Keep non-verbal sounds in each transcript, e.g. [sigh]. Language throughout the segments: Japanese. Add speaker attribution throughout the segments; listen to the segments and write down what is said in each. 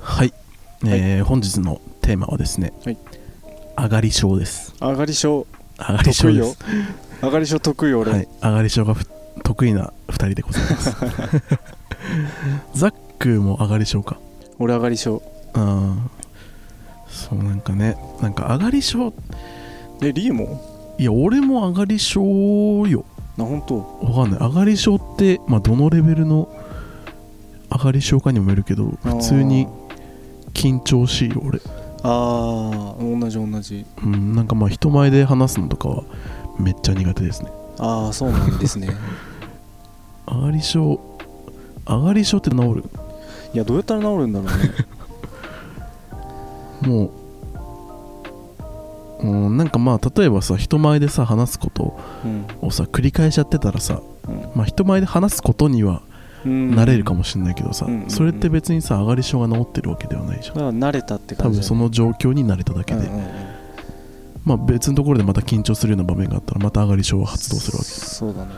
Speaker 1: はい、えー本日のテーマはですね、
Speaker 2: はい
Speaker 1: 上がり症です
Speaker 2: 上がり症
Speaker 1: 上がり症です
Speaker 2: 上がり症得意俺
Speaker 1: はい、上がり症がふ得意な2人でございます
Speaker 2: [laughs]
Speaker 1: ザックも上がり症か
Speaker 2: 俺上がり症
Speaker 1: うんそうなんかねなんか上がり症
Speaker 2: えリーも
Speaker 1: いや俺も上がり症よ
Speaker 2: な本当
Speaker 1: わかんない上がり症って、まあ、どのレベルの上がり症かにもよるけど普通に緊張しいよ俺
Speaker 2: あー同じ同じ
Speaker 1: うん、なんかまあ人前で話すのとかはめっちゃ苦手ですね
Speaker 2: ああそうなん [laughs] ですね
Speaker 1: 上がり症上がり症って治る
Speaker 2: いやどうやったら治るんだろうね
Speaker 1: もう、うん、なんかまあ例えばさ人前でさ話すこと
Speaker 2: うん
Speaker 1: をさ繰り返しやってたらさ、
Speaker 2: うん
Speaker 1: まあ、人前で話すことには
Speaker 2: うん
Speaker 1: 慣れるかもしれないけどさ、
Speaker 2: うんうんうん
Speaker 1: それって別にさ上がり症が治ってるわけではないじゃん
Speaker 2: だから慣れたって
Speaker 1: 多
Speaker 2: 感じ
Speaker 1: 分その状況に慣れただけで、
Speaker 2: うんうんうん
Speaker 1: まあ、別のところでまた緊張するような場面があったらまた上がり症は発動するわけ
Speaker 2: そうだね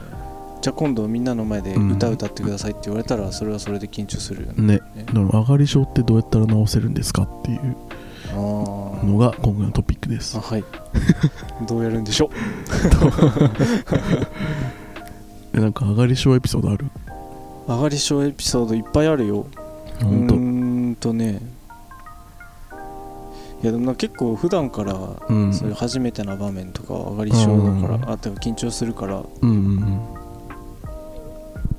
Speaker 2: じゃあ今度みんなの前で
Speaker 1: うん
Speaker 2: 歌歌ってくださいって言われたらそれはそれで緊張するよね、
Speaker 1: ね
Speaker 2: ね
Speaker 1: だから上がり症ってどうやったら治せるんですかっていう
Speaker 2: あー
Speaker 1: のが今回のトピックです
Speaker 2: あはい [laughs] どうやるんでしょ
Speaker 1: えなんか上がり症エピソードある
Speaker 2: う上がり症エピソードいっぱいあるよう
Speaker 1: ほんと
Speaker 2: ーんとねいやでもなんか結構普段から
Speaker 1: うんうん
Speaker 2: そういう初めてな場面とかは上がり症だか
Speaker 1: うん
Speaker 2: らあてか緊張するから
Speaker 1: うん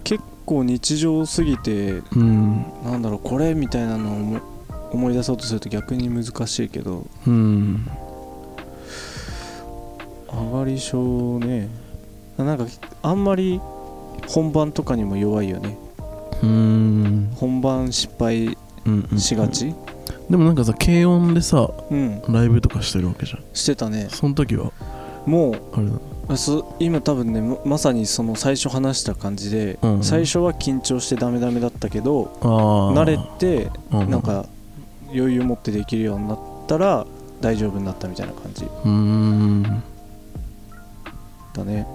Speaker 2: 結構日常すぎて
Speaker 1: うんうん
Speaker 2: なんだろうこれみたいなのを思い思い出そうとすると逆に難しいけど
Speaker 1: うん
Speaker 2: 上がり症ねなんかあんまり本番とかにも弱いよね
Speaker 1: うん
Speaker 2: 本番失敗
Speaker 1: うん
Speaker 2: しがち
Speaker 1: でもなんかさ軽音でさ
Speaker 2: うん、
Speaker 1: ライブとかしてるわけじゃん
Speaker 2: してたね
Speaker 1: その時は
Speaker 2: も
Speaker 1: あれだ
Speaker 2: うそ今多分ねままさにその最初話した感じで、
Speaker 1: うん
Speaker 2: 最初は緊張してダメダメだったけど
Speaker 1: あー
Speaker 2: 慣れて
Speaker 1: うう
Speaker 2: なんか余裕持ってできるようになったら大丈夫になったみたいな感じ
Speaker 1: うんな
Speaker 2: だね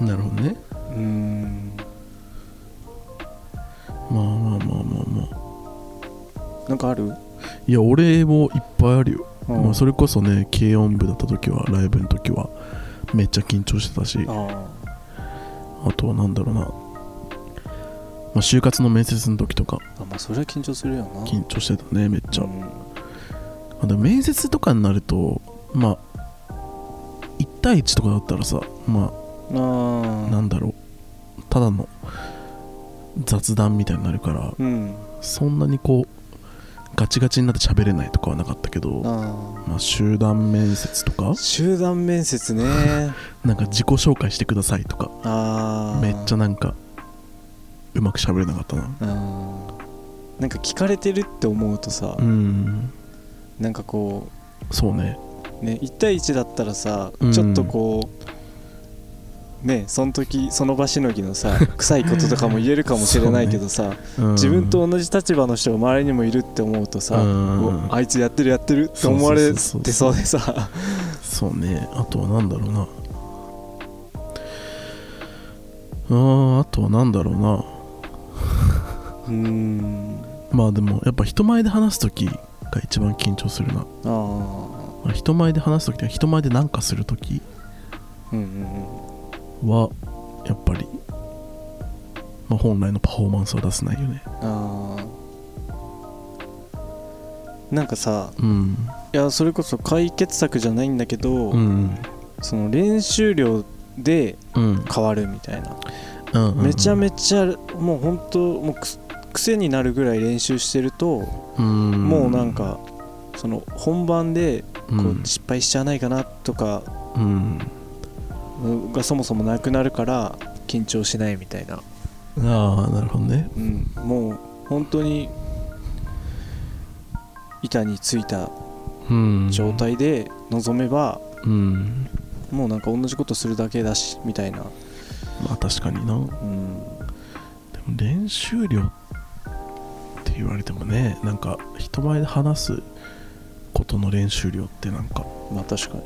Speaker 1: るほどね
Speaker 2: うん
Speaker 1: まあまあまあまあまあ
Speaker 2: なんかある、
Speaker 1: いや俺もいっぱいあるよ、
Speaker 2: うん
Speaker 1: まあ、それこそね軽音部だった時はライブの時はめっちゃ緊張してたし
Speaker 2: あ
Speaker 1: あとはなんだろうな、まあ、就活の面接の時とか
Speaker 2: ーあまあそれは緊張するよな
Speaker 1: 緊張してたねめっちゃ、
Speaker 2: うん
Speaker 1: あでも面接とかになるとまあ1対1とかだったらさまあ
Speaker 2: あ
Speaker 1: なんだろうただの雑談みたいになるから
Speaker 2: あうん
Speaker 1: そんなにこうガチガチになって喋れないとかはなかったけど
Speaker 2: あ
Speaker 1: まあ、集団面接とか
Speaker 2: あ集団面接ね
Speaker 1: なんか自己紹介してくださいとか
Speaker 2: ああ
Speaker 1: めっちゃなんかうまく喋れなかったな
Speaker 2: うんなんか聞かれてるって思うとさ、
Speaker 1: うん
Speaker 2: なんかこ
Speaker 1: そうね
Speaker 2: うね1対1だったらさ、
Speaker 1: うん
Speaker 2: ちょっとこうねその時その場しのぎのさ臭いこととかも言えるかもしれないけどさ、
Speaker 1: うん
Speaker 2: 自分と同じ立場の人が周りにもいるって思うとさ、
Speaker 1: うん
Speaker 2: おあいつやってるやってるって思われて
Speaker 1: そうそうそうそう
Speaker 2: そうでさ [laughs]
Speaker 1: そうねあとは何だろうなあーあとは何だろうな
Speaker 2: うん
Speaker 1: まあでもやっぱ人前で話す時が一番緊張するな
Speaker 2: ああ
Speaker 1: 人前で話す時って人前で何かする時
Speaker 2: うんうんうん
Speaker 1: はやっぱり、まあ、本来のパフォーマンスは出せないよね
Speaker 2: あーなんかさ
Speaker 1: うん
Speaker 2: いやそれこそ解決策じゃないんだけど、
Speaker 1: うん
Speaker 2: その練習量で
Speaker 1: うん
Speaker 2: 変わるみたいな、
Speaker 1: うんうん
Speaker 2: めちゃめちゃもう本当もうくす癖になるぐらい練習してると、
Speaker 1: うん
Speaker 2: もうなんかその本番で
Speaker 1: う
Speaker 2: こう
Speaker 1: ん
Speaker 2: 失敗しちゃわないかなとか
Speaker 1: うん
Speaker 2: がそもそもなくなるから緊張しないみたいな
Speaker 1: ああなるほどね
Speaker 2: うん、もう本当に板についた
Speaker 1: うん
Speaker 2: 状態で臨めば、
Speaker 1: うん
Speaker 2: もうなんか同じことするだけだしみたいな、
Speaker 1: まあ確かになでも
Speaker 2: うん、
Speaker 1: 練習量って言われてもねなんか人前で話すことの練習量ってなんか、
Speaker 2: まあ確かに、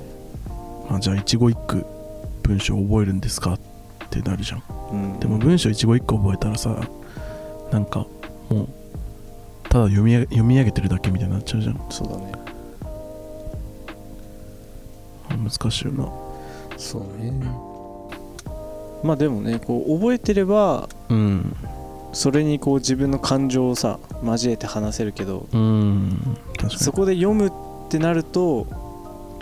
Speaker 1: まあ、じゃあ一語一句文章覚えるんですかってなるじゃん
Speaker 2: うん、
Speaker 1: でも文章一語一個覚えたらさなんかもうただ読み上げ読み上げてるだけみたいになっちゃうじゃん
Speaker 2: そうだね
Speaker 1: 難しいよな
Speaker 2: そうねまあでもねこう覚えてれば
Speaker 1: うん
Speaker 2: それにこう自分の感情をさ交えて話せるけど
Speaker 1: うん確か
Speaker 2: そこで読むってなると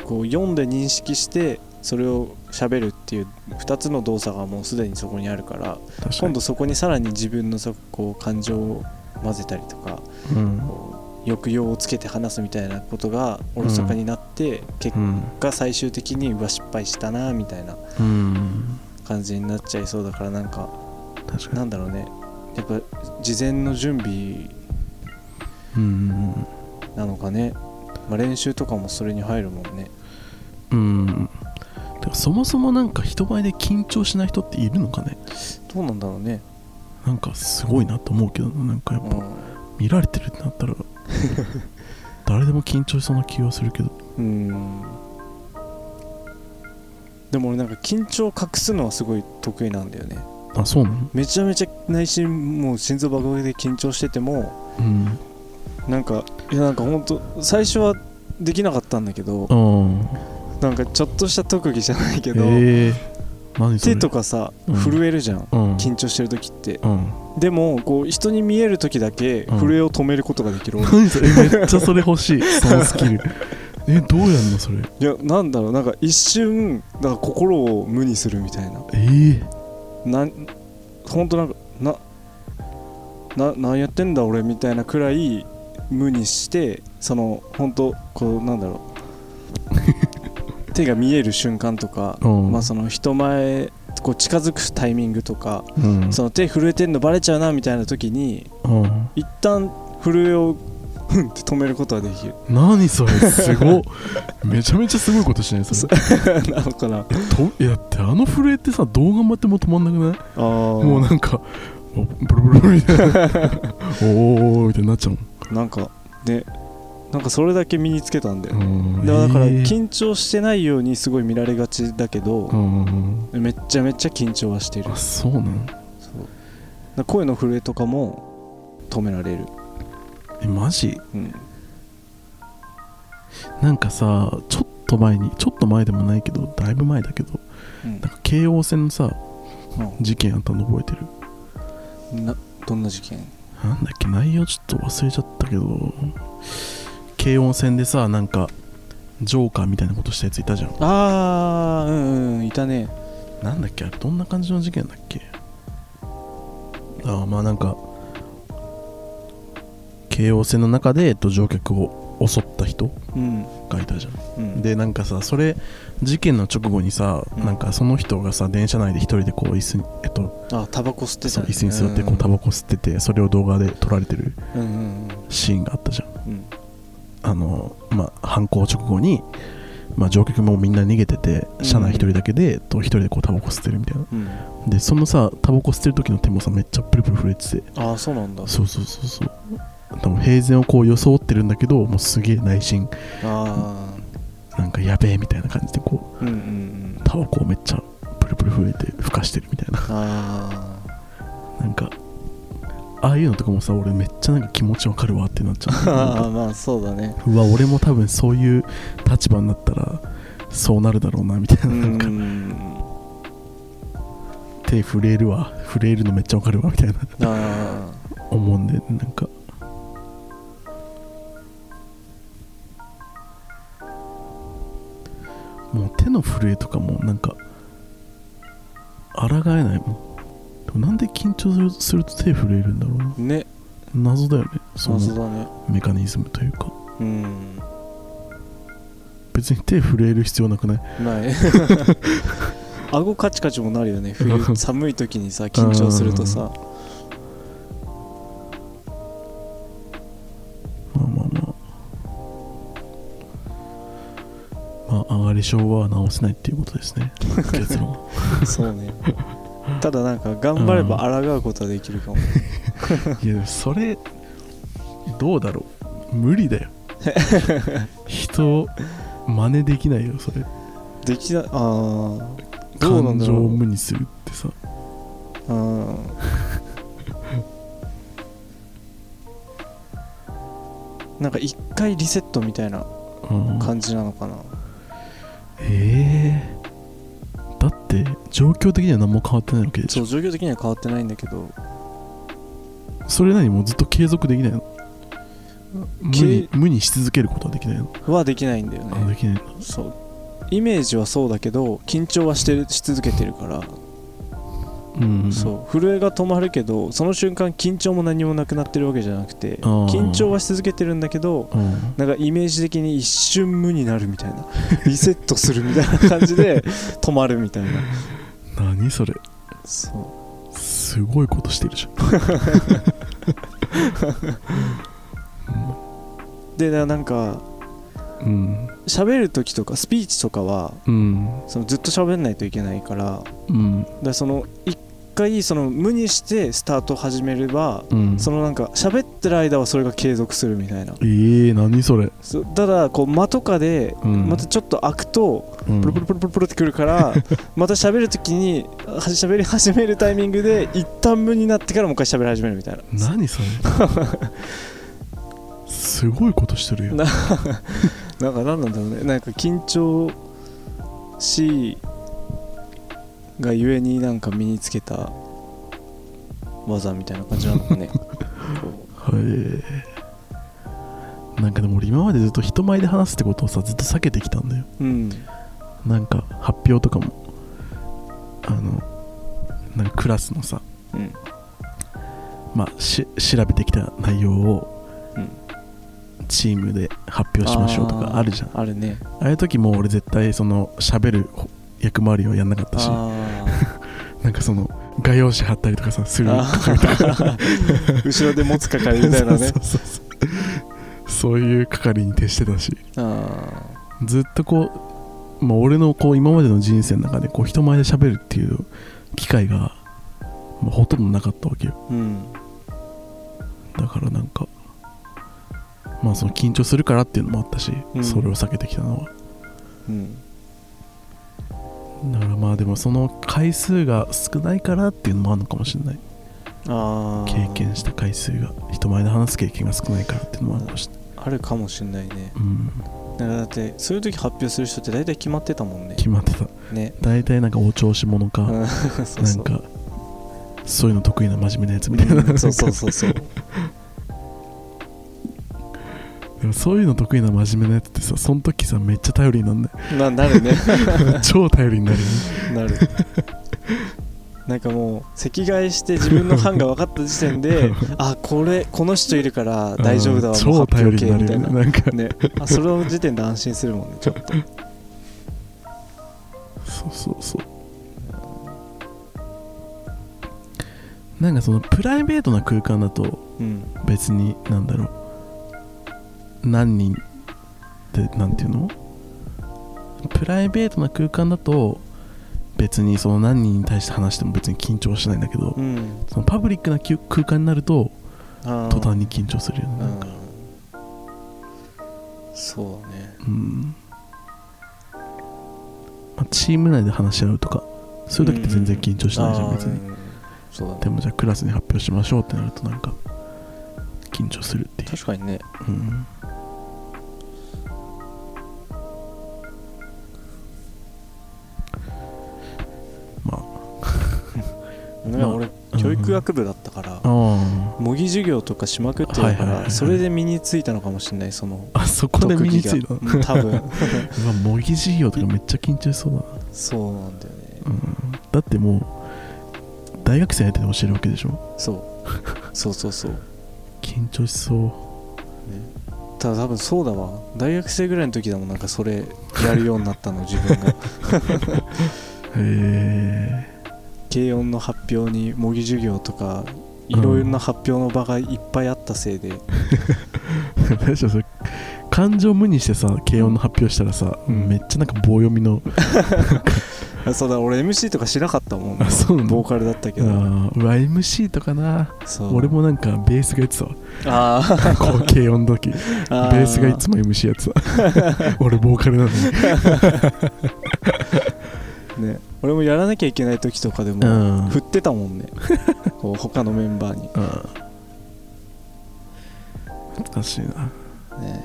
Speaker 2: こう読んで認識してそれを喋るっていう2つの動作がもうすでにそこにあるから
Speaker 1: に確か
Speaker 2: 今
Speaker 1: に
Speaker 2: 度そこにさらに自分のさこう感情を混ぜたりとか
Speaker 1: うん
Speaker 2: こう抑揚をつけて話すみたいなことがおろそかになって、結
Speaker 1: うん
Speaker 2: 果最終的にうわ失敗したなみたいな
Speaker 1: うん
Speaker 2: 感じになっちゃいそうだからなんか
Speaker 1: 確か
Speaker 2: な
Speaker 1: に
Speaker 2: んだろうねやっぱ事前の準備
Speaker 1: うん
Speaker 2: なのかね、まあ、練習とかもそれに入るもんね
Speaker 1: うんうんてかそもそもなんか人前で緊張しない人っているのかね
Speaker 2: どうなんだろうね、
Speaker 1: なんかすごいなと思うけどななんかやっ
Speaker 2: う
Speaker 1: ぱ見られてるってなったら [laughs] 誰でも緊張しそうな気がするけど
Speaker 2: ん、うんでも俺なんか緊張を隠すのはすごい得意なんだよね
Speaker 1: あそうなの
Speaker 2: めちゃめちゃ内心もう心臓爆発で緊張してても
Speaker 1: うん
Speaker 2: なんかいやなんかほんと最初はできなかったんだけど
Speaker 1: あ
Speaker 2: なんかちょっとした特技じゃないけ
Speaker 1: あ
Speaker 2: ど、
Speaker 1: ええ何それ
Speaker 2: 手とかさ
Speaker 1: うん
Speaker 2: 震えるじゃん、
Speaker 1: うん
Speaker 2: 緊張してる時って
Speaker 1: うん
Speaker 2: でもこう人に見える時だけ
Speaker 1: うん
Speaker 2: 震えを止めることができ
Speaker 1: [laughs]
Speaker 2: る、
Speaker 1: 何それめっちゃそれ欲しいそのス
Speaker 2: [laughs]
Speaker 1: キルえどうやんのそれ
Speaker 2: いやなんだろうなんか一瞬だから心を無にするみたいな
Speaker 1: えー、
Speaker 2: なんほんとなんかなななんやってんだ俺みたいなくらい無にしてそのほんとこうなんだろう
Speaker 1: [laughs]
Speaker 2: 手が見える瞬間とか、
Speaker 1: うん
Speaker 2: まあ、その人前こう近づくタイミングとか、
Speaker 1: うん
Speaker 2: その手震えてんのバレちゃうなみたいな時に
Speaker 1: うん
Speaker 2: 一旦震えをふんって止めることはできる [laughs]
Speaker 1: 何それすごっめちゃめちゃすごいことしないそれ
Speaker 2: なのかな
Speaker 1: えとえだってあの震えってさどう頑張っても止まんなくない
Speaker 2: あも
Speaker 1: もうなんかおブルブルブルみたいな [laughs] おーみたいになっちゃう
Speaker 2: なんかねなんかそれだけ身につけたんだよ、
Speaker 1: もんうん
Speaker 2: でもだから
Speaker 1: えー
Speaker 2: 緊張してないようにすごい見られがちだけど
Speaker 1: う、んうん
Speaker 2: めっちゃめっちゃ緊張はして
Speaker 1: う
Speaker 2: る
Speaker 1: んあそうなの
Speaker 2: そうだから声の震えとかも止められる、
Speaker 1: えマジ
Speaker 2: うん、
Speaker 1: なんかさちょっと前にちょっと前でもないけどだいぶ前だけど
Speaker 2: うん
Speaker 1: なんか京王線のさ事件あったの覚えてる
Speaker 2: うんなどんな事件
Speaker 1: なんだっけ内容ちょっと忘れちゃったけど京王線でさなんかジョーカーみたいなことしたやついたじゃん
Speaker 2: ああうんうんいたね
Speaker 1: なんだっけあれどんな感じの事件だっけああまあなんか京王線の中で、えっと、乗客を襲った人
Speaker 2: うん
Speaker 1: がいたじゃん
Speaker 2: うん
Speaker 1: でなんかさそれ事件の直後にさ、
Speaker 2: うん
Speaker 1: なんかその人がさ電車内で一人でこう椅子にえっと
Speaker 2: あタバコ吸ってた
Speaker 1: そう
Speaker 2: ね
Speaker 1: 椅子に座ってこうタバコ吸っててそれを動画で撮られてる
Speaker 2: うんうん
Speaker 1: シーンがあったじゃん
Speaker 2: うんうん
Speaker 1: あの、まあ、犯行直後に、まあ、乗客もみんな逃げてて
Speaker 2: うん
Speaker 1: 車内一人だけで、と一人でこうタバコ吸ってるみたいな
Speaker 2: うん
Speaker 1: でそのさタバコ吸ってる時の手もさめっちゃプルプル震えてて
Speaker 2: ああそうなんだ
Speaker 1: そうそうそうそう多分平然をこう装ってるんだけどもうすげえ内心
Speaker 2: あ
Speaker 1: なんかやべえみたいな感じでこ
Speaker 2: あうんうんうん
Speaker 1: うタバコをめっちゃプルプル震えてふかしてるみたいな [laughs]
Speaker 2: あ
Speaker 1: なんかああいうのとかもさ俺めっちゃなんか気持ちわかるわってなっちゃ
Speaker 2: ーあー
Speaker 1: う
Speaker 2: まあそうだ
Speaker 1: [laughs]
Speaker 2: ね
Speaker 1: うわ俺も多分そういう立場になったらそうなるだろうなみたいうななんか
Speaker 2: ん
Speaker 1: 手震えるわ震えるのめっちゃわかるわみたいな
Speaker 2: あ
Speaker 1: 思うんでなんかもう手の震えとかもなんか抗えないもんでもなんで緊張するすると手震えるんだろうな
Speaker 2: ーね
Speaker 1: 謎だよねそ
Speaker 2: 謎
Speaker 1: の
Speaker 2: だね
Speaker 1: メカニズムというか
Speaker 2: うん
Speaker 1: 別に手震える必要なくない [laughs]
Speaker 2: ない顎カチカチもなるよね冬寒い時にさ緊張するとさ
Speaker 1: あ上がり症は直せないっていうことで
Speaker 2: [laughs]
Speaker 1: すね結論
Speaker 2: そうねただなんか頑張れば抗うことはできるかも、
Speaker 1: いやそれどうだろう無理だ
Speaker 2: [laughs]
Speaker 1: よ人を真似できないよそれ
Speaker 2: できないあーどうなん
Speaker 1: 感
Speaker 2: だ
Speaker 1: 情
Speaker 2: ろう
Speaker 1: を無にするってさ
Speaker 2: あーなんか一回リセットみたいな
Speaker 1: うん
Speaker 2: 感じなのかな、
Speaker 1: ええだって状況的には何も変わってないわけでし
Speaker 2: そ
Speaker 1: ょ
Speaker 2: う状況的には変わってないんだけど
Speaker 1: それなりにもうずっと継続できないの無に
Speaker 2: け
Speaker 1: 無にし続けることはできないの、
Speaker 2: はできないんだよ
Speaker 1: あで
Speaker 2: ね
Speaker 1: きないの
Speaker 2: そうイメージはそうだけど緊張はしてるし続けてるから、
Speaker 1: うん
Speaker 2: そう震えが止まるけどその瞬間緊張も何もなくなってるわけじゃなくて
Speaker 1: あー
Speaker 2: 緊張はし続けてるんだけど
Speaker 1: うん、
Speaker 2: なんかイメージ的に一瞬無になるみたいなリセットするみたいな感じで止まるみ
Speaker 1: [laughs]
Speaker 2: たいな
Speaker 1: 何それ
Speaker 2: そ
Speaker 1: すごいことしてるじ
Speaker 2: [laughs] うでななんか
Speaker 1: ゃんうん
Speaker 2: 喋る時とかスピーチとかは
Speaker 1: うん
Speaker 2: そのずっと喋んないといけないから
Speaker 1: うん
Speaker 2: だからその一回その無にしてスタートを始めれば
Speaker 1: うん
Speaker 2: そのなんか喋ってる間はそれが継続するみたいな
Speaker 1: ええ何それ、
Speaker 2: そうただこう間とかで
Speaker 1: うん、
Speaker 2: またちょっと開くと
Speaker 1: うん、
Speaker 2: プルプルプルプルプルってくるから
Speaker 1: [laughs]
Speaker 2: また喋るときには喋り始めるタイミングで一旦無になってからもう一回喋り始めるみたいな
Speaker 1: 何 [laughs] それすごいことしてるよ
Speaker 2: な [laughs] なんか何なんだろうねなんか緊張しがゆえになんか身につけた技みたいな感じなの [laughs] かねこ
Speaker 1: はいなんかでも俺今までずっと人前で話すってことをさずっと避けてきたんだよ
Speaker 2: ううん
Speaker 1: なんか発表とかもあのなんかクラスのさ、
Speaker 2: うん
Speaker 1: まあ、し調べてきた内容を
Speaker 2: うん
Speaker 1: チームで発表しましょうとかあるじゃんあ
Speaker 2: あるね
Speaker 1: あいう時も俺絶対その喋る役回りをやんなかったし
Speaker 2: あ
Speaker 1: なんかその画用紙貼ったりとかさする
Speaker 2: あー [laughs] 後ろで持つ係みたいなね
Speaker 1: [laughs] そうそうそうそういう係に徹してたし
Speaker 2: あ
Speaker 1: ずっとこう、まあ、俺のこう今までの人生の中でこう人前で喋るっていう機会が、まあ、ほとんどなかったわけよ
Speaker 2: ーうん
Speaker 1: だからなんかまあその緊張するからっていうのもあったし、
Speaker 2: うん
Speaker 1: それを避けてきたのは
Speaker 2: うん
Speaker 1: だからまあでもその回数が少ないからっていうのもあるのかもしれない
Speaker 2: ああ
Speaker 1: 経験した回数が人前で話す経験が少ないからっていうのもあるかもしれない、
Speaker 2: あるかもしんないね
Speaker 1: うん、
Speaker 2: だからだってそういう時発表する人って大体決まってたもんね
Speaker 1: 決まってた
Speaker 2: ね
Speaker 1: 大体なんかお調子者か、
Speaker 2: うんそう
Speaker 1: な
Speaker 2: そ
Speaker 1: ん
Speaker 2: う
Speaker 1: かそういうの得意な真面目なやつみたいな,、
Speaker 2: うんそうそうそうそう
Speaker 1: [laughs] でもそういうの得意な真面目なやつってさその時さめっちゃ頼りに
Speaker 2: [laughs]
Speaker 1: なんね
Speaker 2: ななるね
Speaker 1: 超頼りになるよね
Speaker 2: なるなんかもう席替えして自分の班が分かった時点であこれこの人いるから大丈夫だわ
Speaker 1: うん
Speaker 2: も
Speaker 1: 超
Speaker 2: う発
Speaker 1: 頼
Speaker 2: 表系
Speaker 1: りにな
Speaker 2: み
Speaker 1: る
Speaker 2: た
Speaker 1: よ
Speaker 2: い
Speaker 1: ね
Speaker 2: な
Speaker 1: なんか
Speaker 2: ね
Speaker 1: [laughs]
Speaker 2: あそれの時点で安心するもんねちょっと
Speaker 1: そうそうそうなんかそのプライベートな空間だと
Speaker 2: うん
Speaker 1: 別になんだろう何人ってなんていうのプライベートな空間だと別にその何人に対して話しても別に緊張はしないんだけど、
Speaker 2: うん
Speaker 1: そのパブリックなきゅ空間になると
Speaker 2: あー
Speaker 1: 途端に緊張するよね
Speaker 2: う
Speaker 1: なん
Speaker 2: ん
Speaker 1: か
Speaker 2: そうだね
Speaker 1: うん、まあ、チーム内で話し合うとかそういう時って全然緊張しないじゃ
Speaker 2: あ
Speaker 1: ん
Speaker 2: ー
Speaker 1: 別に
Speaker 2: うんそうだね
Speaker 1: でもじゃあクラスに発表しましょうってなるとなんか緊張するっていう、
Speaker 2: 確かにね
Speaker 1: うん、ま
Speaker 2: ね
Speaker 1: まあ
Speaker 2: 俺
Speaker 1: あ
Speaker 2: 教育
Speaker 1: うん
Speaker 2: 学部だったから
Speaker 1: あー
Speaker 2: 模擬授業とかしまくってる
Speaker 1: はい
Speaker 2: か
Speaker 1: はいはいは
Speaker 2: ら
Speaker 1: い
Speaker 2: それで身についたのかもしれないその
Speaker 1: あそこで身についたの
Speaker 2: 特技がうん多分
Speaker 1: [laughs] うわ模擬授業とかめっちゃ緊張しそうだな、
Speaker 2: そうなんだよね
Speaker 1: うん、だってもう大学生相手で教えるわけでしょ
Speaker 2: そうそうそうそう、ね、
Speaker 1: 緊張しそう
Speaker 2: ただ多分そうだわ大学生ぐらいの時だもんなんかそれやるようになったの自分
Speaker 1: [laughs]
Speaker 2: が
Speaker 1: へえ
Speaker 2: 軽音の発表に模擬授業とかいろいろな発表の場がいっぱいあったせいで、
Speaker 1: [laughs] 大丈夫それ感情を無にしてさ軽音の発表したらさ、
Speaker 2: うん
Speaker 1: めっちゃなんか棒読みの
Speaker 2: あそうだ俺 MC とかしなかったもん
Speaker 1: あそうなんだ
Speaker 2: ボーカルだったけど
Speaker 1: あーうわ MC とかな
Speaker 2: そう
Speaker 1: 俺もなんかベースがやって [laughs] たわ
Speaker 2: あー
Speaker 1: こう軽音の時ベ
Speaker 2: あ
Speaker 1: ースがいつも MC やって [laughs] た俺ボーカルなのに
Speaker 2: ね俺もやらなきゃいけない時とかで
Speaker 1: う
Speaker 2: も
Speaker 1: ん
Speaker 2: 振ってたも
Speaker 1: [laughs]
Speaker 2: んねこう他のメンバーに
Speaker 1: うん懐かしいな
Speaker 2: ね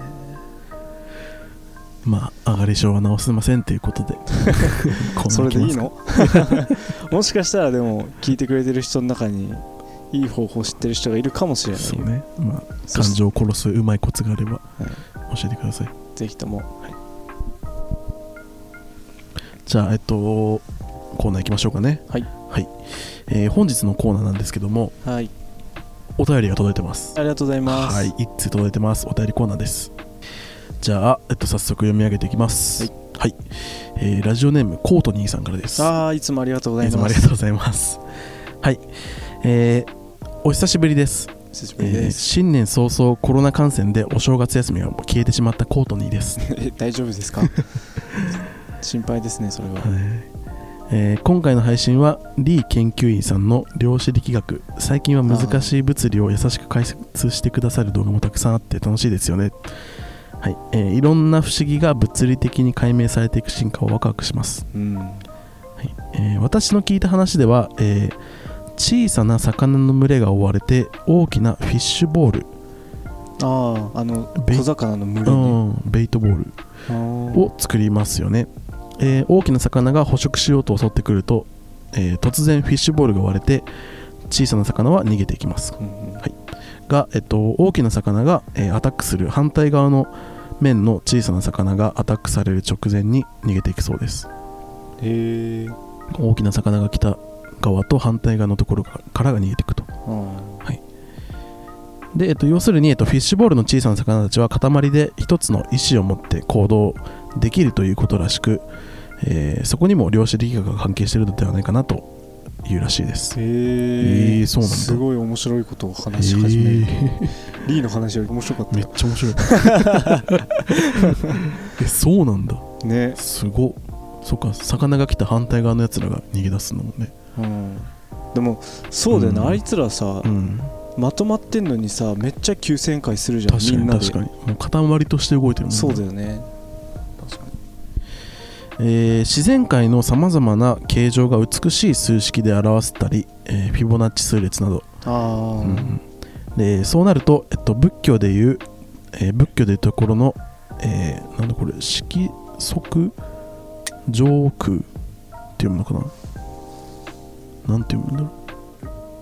Speaker 1: まあ上がり症は治せませんという
Speaker 2: [laughs]
Speaker 1: ことでこんな
Speaker 2: それでいい
Speaker 1: 来ますか
Speaker 2: のもしかしたらでも聞いてくれてる人の中にいい方法知ってる人がいるかもしれない
Speaker 1: そう
Speaker 2: よ
Speaker 1: ねまあ
Speaker 2: そ
Speaker 1: 感
Speaker 2: し
Speaker 1: 情を殺すうまいコツがあれば教えてください
Speaker 2: ぜひとも
Speaker 1: じゃあ、えっと、コーナー行きましょうかね。
Speaker 2: はい。
Speaker 1: はい。えー本日のコーナーなんですけども、
Speaker 2: はい
Speaker 1: お便りが届いてます。
Speaker 2: ありがとうございます
Speaker 1: はい。一通届いてます。お便りコーナーです。じゃあ、えっと、早速読み上げていきます。はい。えーラジオネーム、コートニーさんからです。
Speaker 2: ああいつもありがとうござい
Speaker 1: いつも
Speaker 2: ま
Speaker 1: あり
Speaker 2: す
Speaker 1: がとうございます。はい。えーお久しぶりです、
Speaker 2: 久しぶり
Speaker 1: え
Speaker 2: で
Speaker 1: ー
Speaker 2: す、
Speaker 1: 新年早々コロナ感染でお正月休みが消えてしまったコートニーです、
Speaker 2: え [laughs] 大丈夫ですか心配ですねそれは
Speaker 1: はいえー今回の配信はリー研究員さんの量子力学最近は難しい物理を優しく解説してくださる動画もたくさんあって楽しいですよね、はいえーいろんな不思議が物理的に解明されていく進化をワクワクします、
Speaker 2: うん
Speaker 1: はいえー私の聞いた話では、えー小さな魚の群れが追われて大きなフィッシュボール
Speaker 2: あああの
Speaker 1: ベイ
Speaker 2: 小魚の群れ
Speaker 1: う
Speaker 2: に
Speaker 1: んベイトボール
Speaker 2: あー
Speaker 1: を作りますよね、えー大きな魚が捕食しようと襲ってくると、えー突然フィッシュボールが割れて小さな魚は逃げていきます
Speaker 2: うんうん
Speaker 1: が、えっと、大きな魚が、えーアタックする反対側の面の小さな魚がアタックされる直前に逃げていくそうです
Speaker 2: へえ
Speaker 1: 大きな魚が来た側と反対側のところからが逃げていくと
Speaker 2: あ
Speaker 1: で、えっと、要するに、えっと、フィッシュボールの小さな魚たちは塊で一つの意思を持って行動できるということらしく、えーそこにも量子力学が関係しているのではないかなというらしいです。
Speaker 2: ーへ
Speaker 1: えーそうなんだ
Speaker 2: すごい面白いことを話し始める、
Speaker 1: え
Speaker 2: リーの話より面白かっ
Speaker 1: ーめっちゃ面白い。えそうなんだ。
Speaker 2: たね
Speaker 1: すごっ。そっか、魚が来た反対側のやつらが逃げ出すんだもんね。
Speaker 2: うんでもそうだよね、
Speaker 1: うん
Speaker 2: あいつらさ、
Speaker 1: うん、
Speaker 2: まとまってんのにさめっちゃ急旋回するじゃん
Speaker 1: 確か
Speaker 2: みん
Speaker 1: に
Speaker 2: なで
Speaker 1: 確かに。もう塊として動いてるもんね
Speaker 2: そうだよね確かに
Speaker 1: えー自然界のさまざまな形状が美しい数式で表せたり、えーフィボナッチ数列など、
Speaker 2: ああ、
Speaker 1: うんうんでそうなると、えっと、仏教でいう、えー仏教でいうところの、えーなんだこれ色即上空って読むのかななんて読むんだろ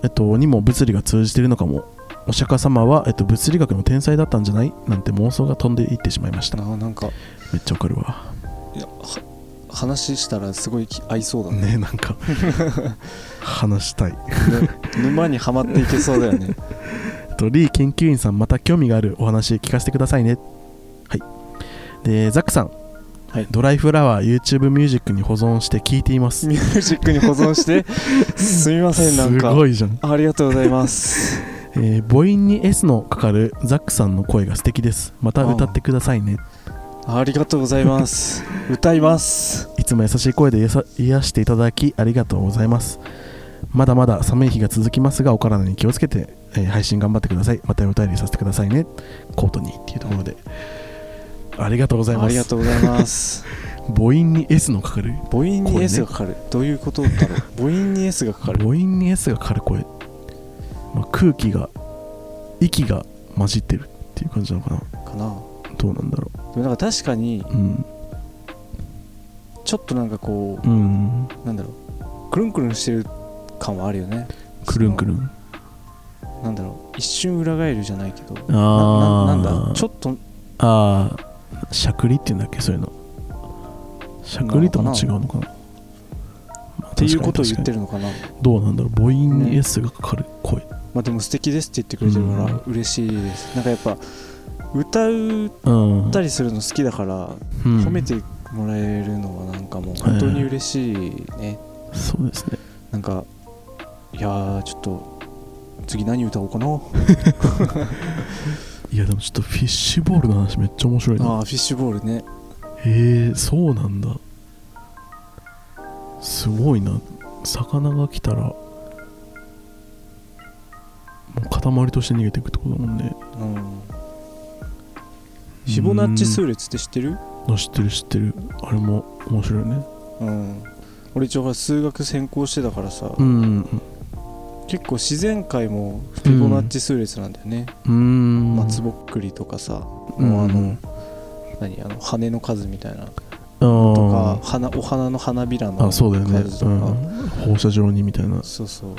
Speaker 1: うえっとにも物理が通じているのかもお釈迦様は、えっと、物理学の天才だったんじゃないなんて妄想が飛んでいってしまいました
Speaker 2: あーなんか
Speaker 1: めっちゃわかるわ
Speaker 2: いやは話したらすごいき合いそう
Speaker 1: [laughs]
Speaker 2: だね
Speaker 1: ねなんか話したい
Speaker 2: 沼にはまっていけそうだよ
Speaker 1: [laughs]
Speaker 2: ね
Speaker 1: えっとリー研究員さんまた興味があるお話聞かせてくださいねはいでザックさ
Speaker 2: は
Speaker 1: ん、
Speaker 2: い
Speaker 1: ドライフラワー YouTube ミュージックに保存して聞いています
Speaker 2: ミュージックに保存してすみませんな
Speaker 1: す
Speaker 2: んか
Speaker 1: ごいじゃん、
Speaker 2: ありがとうございます
Speaker 1: えー母音に S のかかるザックさんの声が素敵ですまた歌ってくださいね
Speaker 2: ありがとうございます歌います
Speaker 1: いつも優しい声で癒さ癒していただきありがとうございますまだまだ寒い日が続きますがお体に気をつけて、えー配信頑張ってくださいまたお便りさせてくださいねコートにっていうところで、ありがとうござい
Speaker 2: あ
Speaker 1: ま
Speaker 2: りが
Speaker 1: す
Speaker 2: とうございます
Speaker 1: 母音に S のかかる
Speaker 2: 母音
Speaker 1: これ
Speaker 2: に
Speaker 1: ね
Speaker 2: S がかかる、どういうことだろう母音に S がかかる
Speaker 1: 母音に S がかかる声、まあ、空気が息が混じってるっていう感じなのかな
Speaker 2: かな
Speaker 1: どうなんだろ
Speaker 2: でもなんか確かに
Speaker 1: ううん
Speaker 2: ちょっとなんかこ
Speaker 1: うん
Speaker 2: うなんだろうくるんくるんしてる感はあるよね
Speaker 1: くるんくるん
Speaker 2: そのなんだろう一瞬裏返るじゃないけど
Speaker 1: あ
Speaker 2: な
Speaker 1: ー
Speaker 2: ななんだちょっと
Speaker 1: ああしゃくりっていうんだっけそういうのしゃくりとも違うのかなっ
Speaker 2: っていうことを言って
Speaker 1: る
Speaker 2: るのかな
Speaker 1: どうなんだろう母音
Speaker 2: ね
Speaker 1: に S がかかる声、
Speaker 2: まあでも素敵ですって言ってくれてるか
Speaker 1: う
Speaker 2: ら嬉しいです、なんかやっぱ歌う
Speaker 1: うん
Speaker 2: ったりするの好きだから、
Speaker 1: うん
Speaker 2: 褒めてもらえるのはなんかもう本当に嬉しいね、
Speaker 1: そうですね
Speaker 2: なんかいやーちょっと次何歌おうかな
Speaker 1: いやでもちょっとフィッシュボールの話めっちゃ面白いな
Speaker 2: ああフィッシュボールね
Speaker 1: へえそうなんだすごいな魚が来たらもう塊として逃げていくってことだもんね
Speaker 2: うんフィボナッチ数
Speaker 1: うん
Speaker 2: 列って知ってる
Speaker 1: あ知ってる知ってるあれも面白いね
Speaker 2: うん俺一応ほら数学専攻してたからさ、
Speaker 1: うんうん
Speaker 2: 結構自然界もフィボナッチ数列なんだよね、
Speaker 1: うん
Speaker 2: 松ぼっくりとかさ、
Speaker 1: うん
Speaker 2: もうあの何あの羽の数みたいな
Speaker 1: あー
Speaker 2: とか花お花の花びらの
Speaker 1: あ
Speaker 2: 数
Speaker 1: そ
Speaker 2: と
Speaker 1: う
Speaker 2: か
Speaker 1: だよね、うん、放射状にみたいな
Speaker 2: そうそう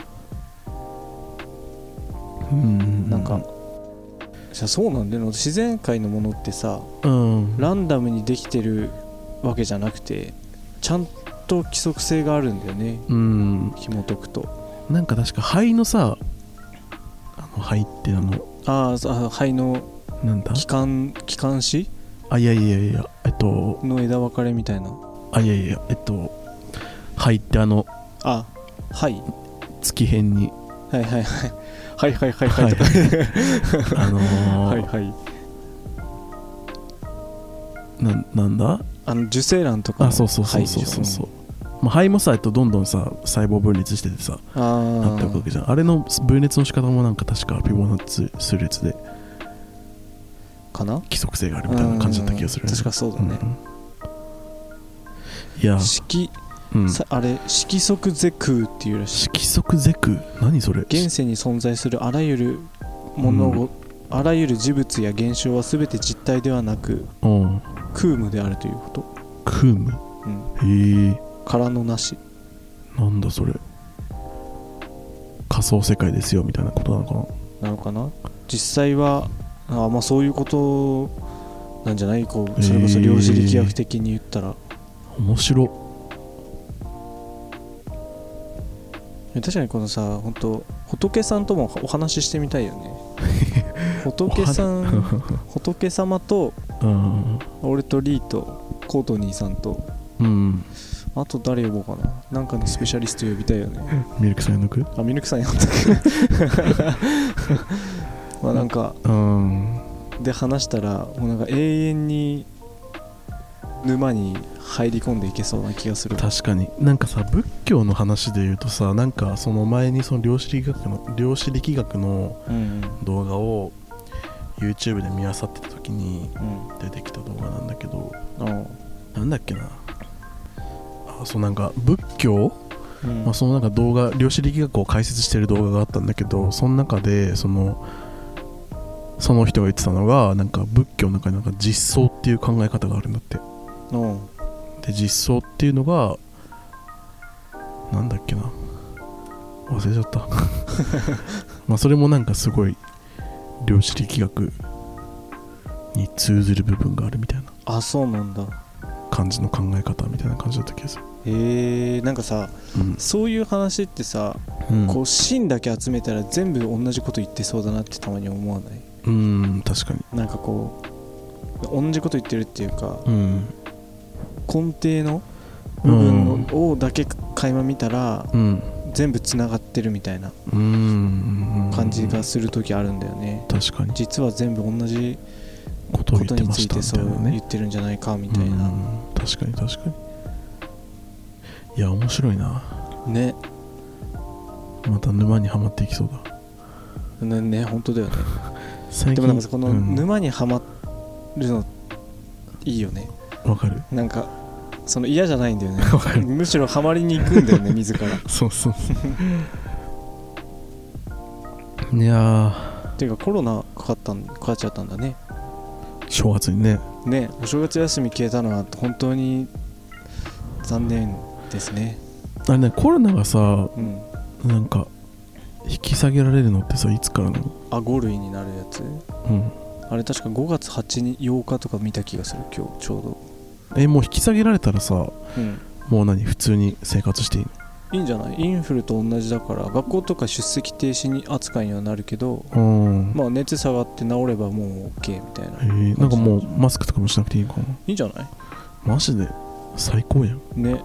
Speaker 1: うん
Speaker 2: なんかじゃあそうなんだよな自然界のものってさ
Speaker 1: うん
Speaker 2: ランダムにできてるわけじゃなくてちゃんと規則性があるんだよね
Speaker 1: うん
Speaker 2: 紐解くと
Speaker 1: なんか確か肺のさあの肺ってあの
Speaker 2: あーそうあ肺の
Speaker 1: なんだ
Speaker 2: 気管気管支
Speaker 1: あいやいやいやえっと
Speaker 2: の枝分かれみたいな
Speaker 1: あいやいやえっと肺ってあの
Speaker 2: あはい
Speaker 1: 月辺
Speaker 2: [laughs]
Speaker 1: に
Speaker 2: はいはいはいはいはい
Speaker 1: [laughs]
Speaker 2: はいはいとか
Speaker 1: あのー
Speaker 2: はいはい
Speaker 1: ななんだ
Speaker 2: あの受精卵とかの
Speaker 1: あそうそうそうそうそうそう、まあ、肺もさ、えっと、どんどんさ細胞分裂しててさ
Speaker 2: はいあ
Speaker 1: なってるわけじゃんあれの分裂の仕方もなんか確かピボナッツ数列で
Speaker 2: あかな
Speaker 1: 規則性があるみたいな感じだった気がする
Speaker 2: うん確かそうだね、
Speaker 1: うんいや、
Speaker 2: 色
Speaker 1: うん、
Speaker 2: さあれ色即是空っていうらしい
Speaker 1: 色即是空何それ
Speaker 2: 現世に存在するあらゆるものを、あらゆる事物や現象は全て実体ではなく
Speaker 1: うん
Speaker 2: 空無であるということ、
Speaker 1: クーム
Speaker 2: うん、
Speaker 1: へえ
Speaker 2: 空のなし
Speaker 1: なんだそれ仮想世界ですよみたいなことなのか
Speaker 2: な
Speaker 1: な
Speaker 2: のかな実際はあまあそういうことなんじゃないこうそれこそ量子力学的に言ったら、
Speaker 1: 面白
Speaker 2: 確かにこのさ本当仏さんともお話ししてみたいよね仏さん仏様と
Speaker 1: [laughs] うん
Speaker 2: 俺とリーとコートニーさんと
Speaker 1: うん
Speaker 2: あと誰呼ぼうかななんかのスペシャリスト呼びたいよね
Speaker 1: ミルクさんのく
Speaker 2: あミルクさんやったっけ [laughs] まあなんか
Speaker 1: うん
Speaker 2: で話したらもうなんか永遠に沼に入り込んでいけそうな気がする
Speaker 1: 確かになんかさ仏教の話で言うとさなんかその前にその量子力学の量子力学の
Speaker 2: うん
Speaker 1: 動画を YouTube で見漁ってた時に
Speaker 2: うん
Speaker 1: 出てきた動画なんだけど
Speaker 2: あ
Speaker 1: なんだっけなあそうなんか仏教
Speaker 2: うん
Speaker 1: まあ、そのなんか動画量子力学を解説してる動画があったんだけどその中でそのその人が言ってたのがなんか仏教の中になんか実相っていう考え方があるんだって
Speaker 2: うん
Speaker 1: で実相っていうのがなんだっけな忘れちゃったまあそれもなんかすごい量子力学に通ずる部分があるみたいな
Speaker 2: あそうなんだ
Speaker 1: 感じの考え方みたいな感じだった気がする
Speaker 2: へえー、なんかさ
Speaker 1: うん、
Speaker 2: そういう話ってさ、
Speaker 1: うん
Speaker 2: こう芯だけ集めたら全部同じこと言ってそうだなってたまに思わない
Speaker 1: うん確かに
Speaker 2: なんかこう同じこと言ってるっていうか
Speaker 1: うん
Speaker 2: 根底の部分のをだけ垣間見たら
Speaker 1: うん
Speaker 2: 全部つながってるみたいな
Speaker 1: うん
Speaker 2: 感じがする時あるんだよね
Speaker 1: 確かに
Speaker 2: 実は全部同じ
Speaker 1: ことを
Speaker 2: こ
Speaker 1: 言
Speaker 2: と
Speaker 1: って
Speaker 2: に
Speaker 1: ま
Speaker 2: つ
Speaker 1: し
Speaker 2: い
Speaker 1: た
Speaker 2: て
Speaker 1: み
Speaker 2: そ
Speaker 1: たいうな
Speaker 2: 言
Speaker 1: ね
Speaker 2: ってるんじゃないかみたいな
Speaker 1: うん確かに確かにいや面白いな
Speaker 2: ね
Speaker 1: また沼にはまっていきそうだ
Speaker 2: ねね本当だよね
Speaker 1: 最近
Speaker 2: でもなんかさこの
Speaker 1: うん
Speaker 2: 沼にはまるのいいよね
Speaker 1: わかる
Speaker 2: なんかその嫌じゃないんだよね
Speaker 1: [laughs] わかる
Speaker 2: むしろハマりに行くんだよね [laughs] 自ら
Speaker 1: そうそう [laughs] いや
Speaker 2: ていうかコロナかかったんかかっちゃったんだね
Speaker 1: ー正月にね
Speaker 2: ねお正月休み消えたのは本当に残念ですね
Speaker 1: あれねコロナがさ
Speaker 2: うん
Speaker 1: なんか引き下げられるのってさいつからなの
Speaker 2: あ5類になるやつ
Speaker 1: うん
Speaker 2: あれ確か5月8日8日とか見た気がする今日ちょうど
Speaker 1: えもう引き下げられたらさも
Speaker 2: うん
Speaker 1: う何普通に生活していい
Speaker 2: いいんじゃないインフルと同じだから学校とか出席停止に扱いにはなるけど
Speaker 1: のうん
Speaker 2: まあ熱下がって治ればもう OK みたいな
Speaker 1: えー、なんかもうマスクとかもしなくていいのかない
Speaker 2: いんじゃない
Speaker 1: マジで最高やん
Speaker 2: ね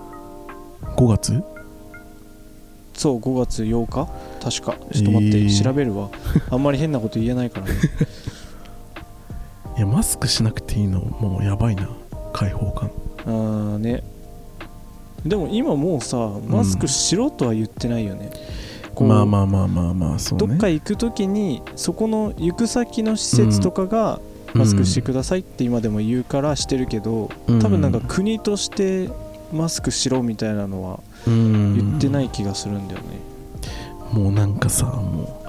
Speaker 1: 5月
Speaker 2: そう5月8日確かちょっと待って、
Speaker 1: えー [laughs]
Speaker 2: 調べるわあんまり変なこと言えないからね
Speaker 1: いやマスクしなくていいのもうやばいな開放感
Speaker 2: あーねでも今もうさマスクしろとは言ってないよね、こう
Speaker 1: まあまあまあまあまあそうね
Speaker 2: どっか行く時にそこの行く先の施設とかがマスクしてくださいって今でも言うからしてるけど、
Speaker 1: うん
Speaker 2: 多分なんか国としてマスクしろみたいなのは言
Speaker 1: 言
Speaker 2: ってない気がするんだよ
Speaker 1: [laughs]
Speaker 2: ね、
Speaker 1: もうなんかさも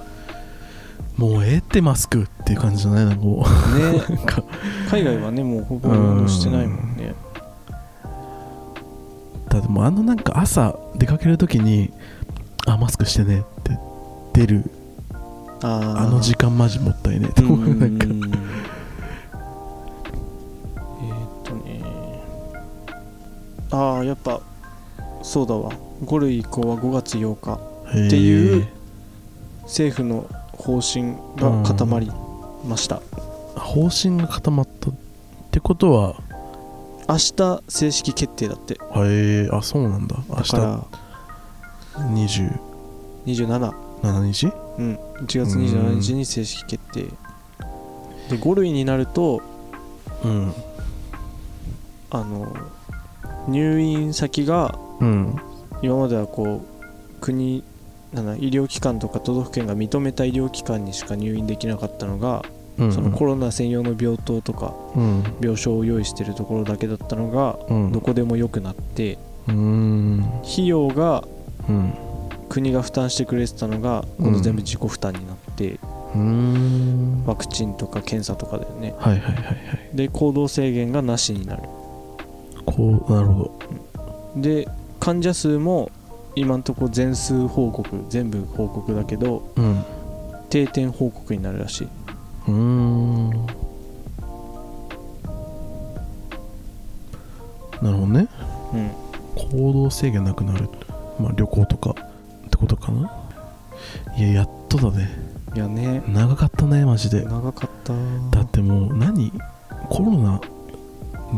Speaker 1: うもうええってマスクっていう感じじゃないなんかこう [laughs]
Speaker 2: ね
Speaker 1: なんか
Speaker 2: 海外はねもうほぼ何もしてないもんね
Speaker 1: だってもうあのなんか朝出かけるときにあマスクしてねって出る
Speaker 2: あ
Speaker 1: あの時間マジもったいねえと
Speaker 2: 間
Speaker 1: 思うなんか
Speaker 2: えーっとねああやっぱそうだわ5類移行は5月8日
Speaker 1: って
Speaker 2: いう政府の方針が固まりました、
Speaker 1: 方針が固まったってことは
Speaker 2: 明日正式決定だって
Speaker 1: へえあそうなんだ明
Speaker 2: だから
Speaker 1: 日
Speaker 2: 27
Speaker 1: 27日
Speaker 2: うん、1月27日に正式決定で5類になると
Speaker 1: うん
Speaker 2: あの入院先が
Speaker 1: うん
Speaker 2: 今まではこう国なんだ医療機関とか都道府県が認めた医療機関にしか入院できなかったのが、
Speaker 1: うん
Speaker 2: そのコロナ専用の病棟とか
Speaker 1: うん
Speaker 2: 病床を用意してるところだけだったのが
Speaker 1: うん
Speaker 2: どこでも良くなって
Speaker 1: うん
Speaker 2: 費用が
Speaker 1: うん
Speaker 2: 国が負担してくれてたのが今度全部自己負担になって、
Speaker 1: うんは
Speaker 2: ワクチンとか検査とかだよね
Speaker 1: いはいはいはい
Speaker 2: で行動制限がなしになる
Speaker 1: こうなるほど
Speaker 2: で患者数も今んとこ全数報告全部報告だけど
Speaker 1: うん
Speaker 2: 定点報告になるらしいう
Speaker 1: ーんなるほどね
Speaker 2: うん
Speaker 1: 行動制限なくなるまあ旅行とかってことかないややっとだね
Speaker 2: いやね
Speaker 1: 長かったねマジで
Speaker 2: 長かった
Speaker 1: だってもう何コロナ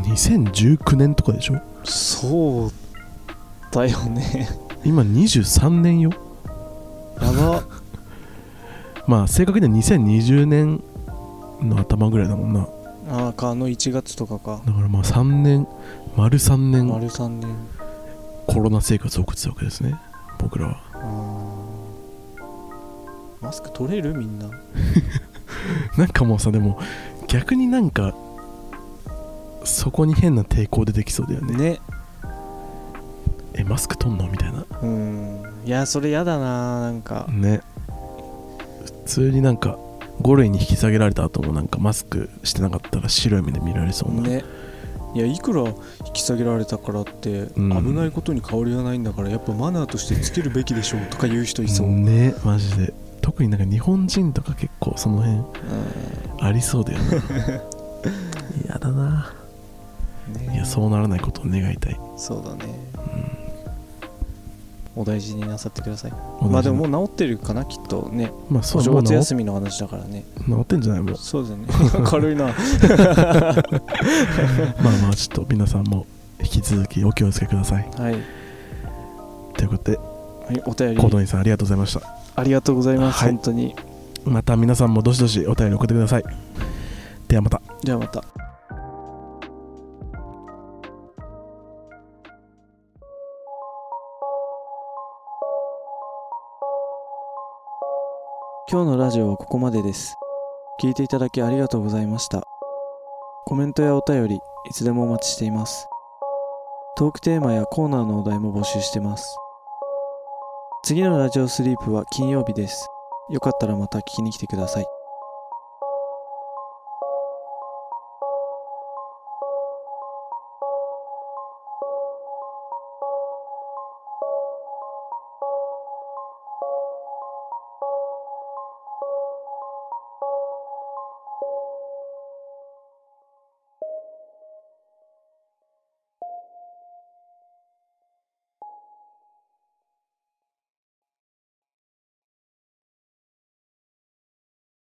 Speaker 1: 2019年とかでしょ
Speaker 2: そうだよね
Speaker 1: 今23年よ
Speaker 2: [laughs] やば
Speaker 1: まあ正確には2020年の頭ぐらいだもんな
Speaker 2: ああかあの1月とかか
Speaker 1: だからまあ3年丸3年
Speaker 2: 丸3年
Speaker 1: コロナ生活を送ってたわけですね僕らは [laughs]
Speaker 2: あーマスク取れるみんな
Speaker 1: なんかもうさでも逆になんかそこに変な抵抗出てきそうだよね
Speaker 2: ね
Speaker 1: えマスク取んのみたいな
Speaker 2: うんいやそれやだななんか
Speaker 1: ね普通になんか5類に引き下げられた後もなんかマスクしてなかったら白い目で見られそうな、
Speaker 2: ねいやいくら引き下げられたからって、
Speaker 1: ん
Speaker 2: 危ないことに変わりはないんだからやっぱマナーとしてつけるべきでしょうとか言う人いそう、
Speaker 1: ねマジで特になんか日本人とか結構その辺ありそうだ
Speaker 2: [laughs]
Speaker 1: よね嫌だな
Speaker 2: ね
Speaker 1: いやそうならないことを願いたい
Speaker 2: そうだね、お大事になさってくださいま
Speaker 1: 同
Speaker 2: あ
Speaker 1: じ
Speaker 2: で
Speaker 1: な
Speaker 2: ももう治ってるかなきっとね
Speaker 1: まあそ
Speaker 2: お
Speaker 1: う
Speaker 2: 正
Speaker 1: もう
Speaker 2: 月
Speaker 1: 治
Speaker 2: 休みの話だからね
Speaker 1: 治ってんじゃないもう
Speaker 2: そうだよ
Speaker 1: [laughs]
Speaker 2: ね軽いな
Speaker 1: まあまあちょっと皆さんも引き続きお気をつけください
Speaker 2: はい、は
Speaker 1: ということで
Speaker 2: い、お便
Speaker 1: コー
Speaker 2: り
Speaker 1: ドニーさんありがとうございました
Speaker 2: ありがとうございます、
Speaker 1: はい
Speaker 2: 本当に
Speaker 1: また皆さんもどしどしお便り送ってくださいではまた
Speaker 2: ではまた今日のラジオはここまでです聞いていただきありがとうございましたコメントやお便りいつでもお待ちしていますトークテーマやコーナーのお題も募集してます次のラジオスリープは金曜日ですよかったらまた聞きに来てください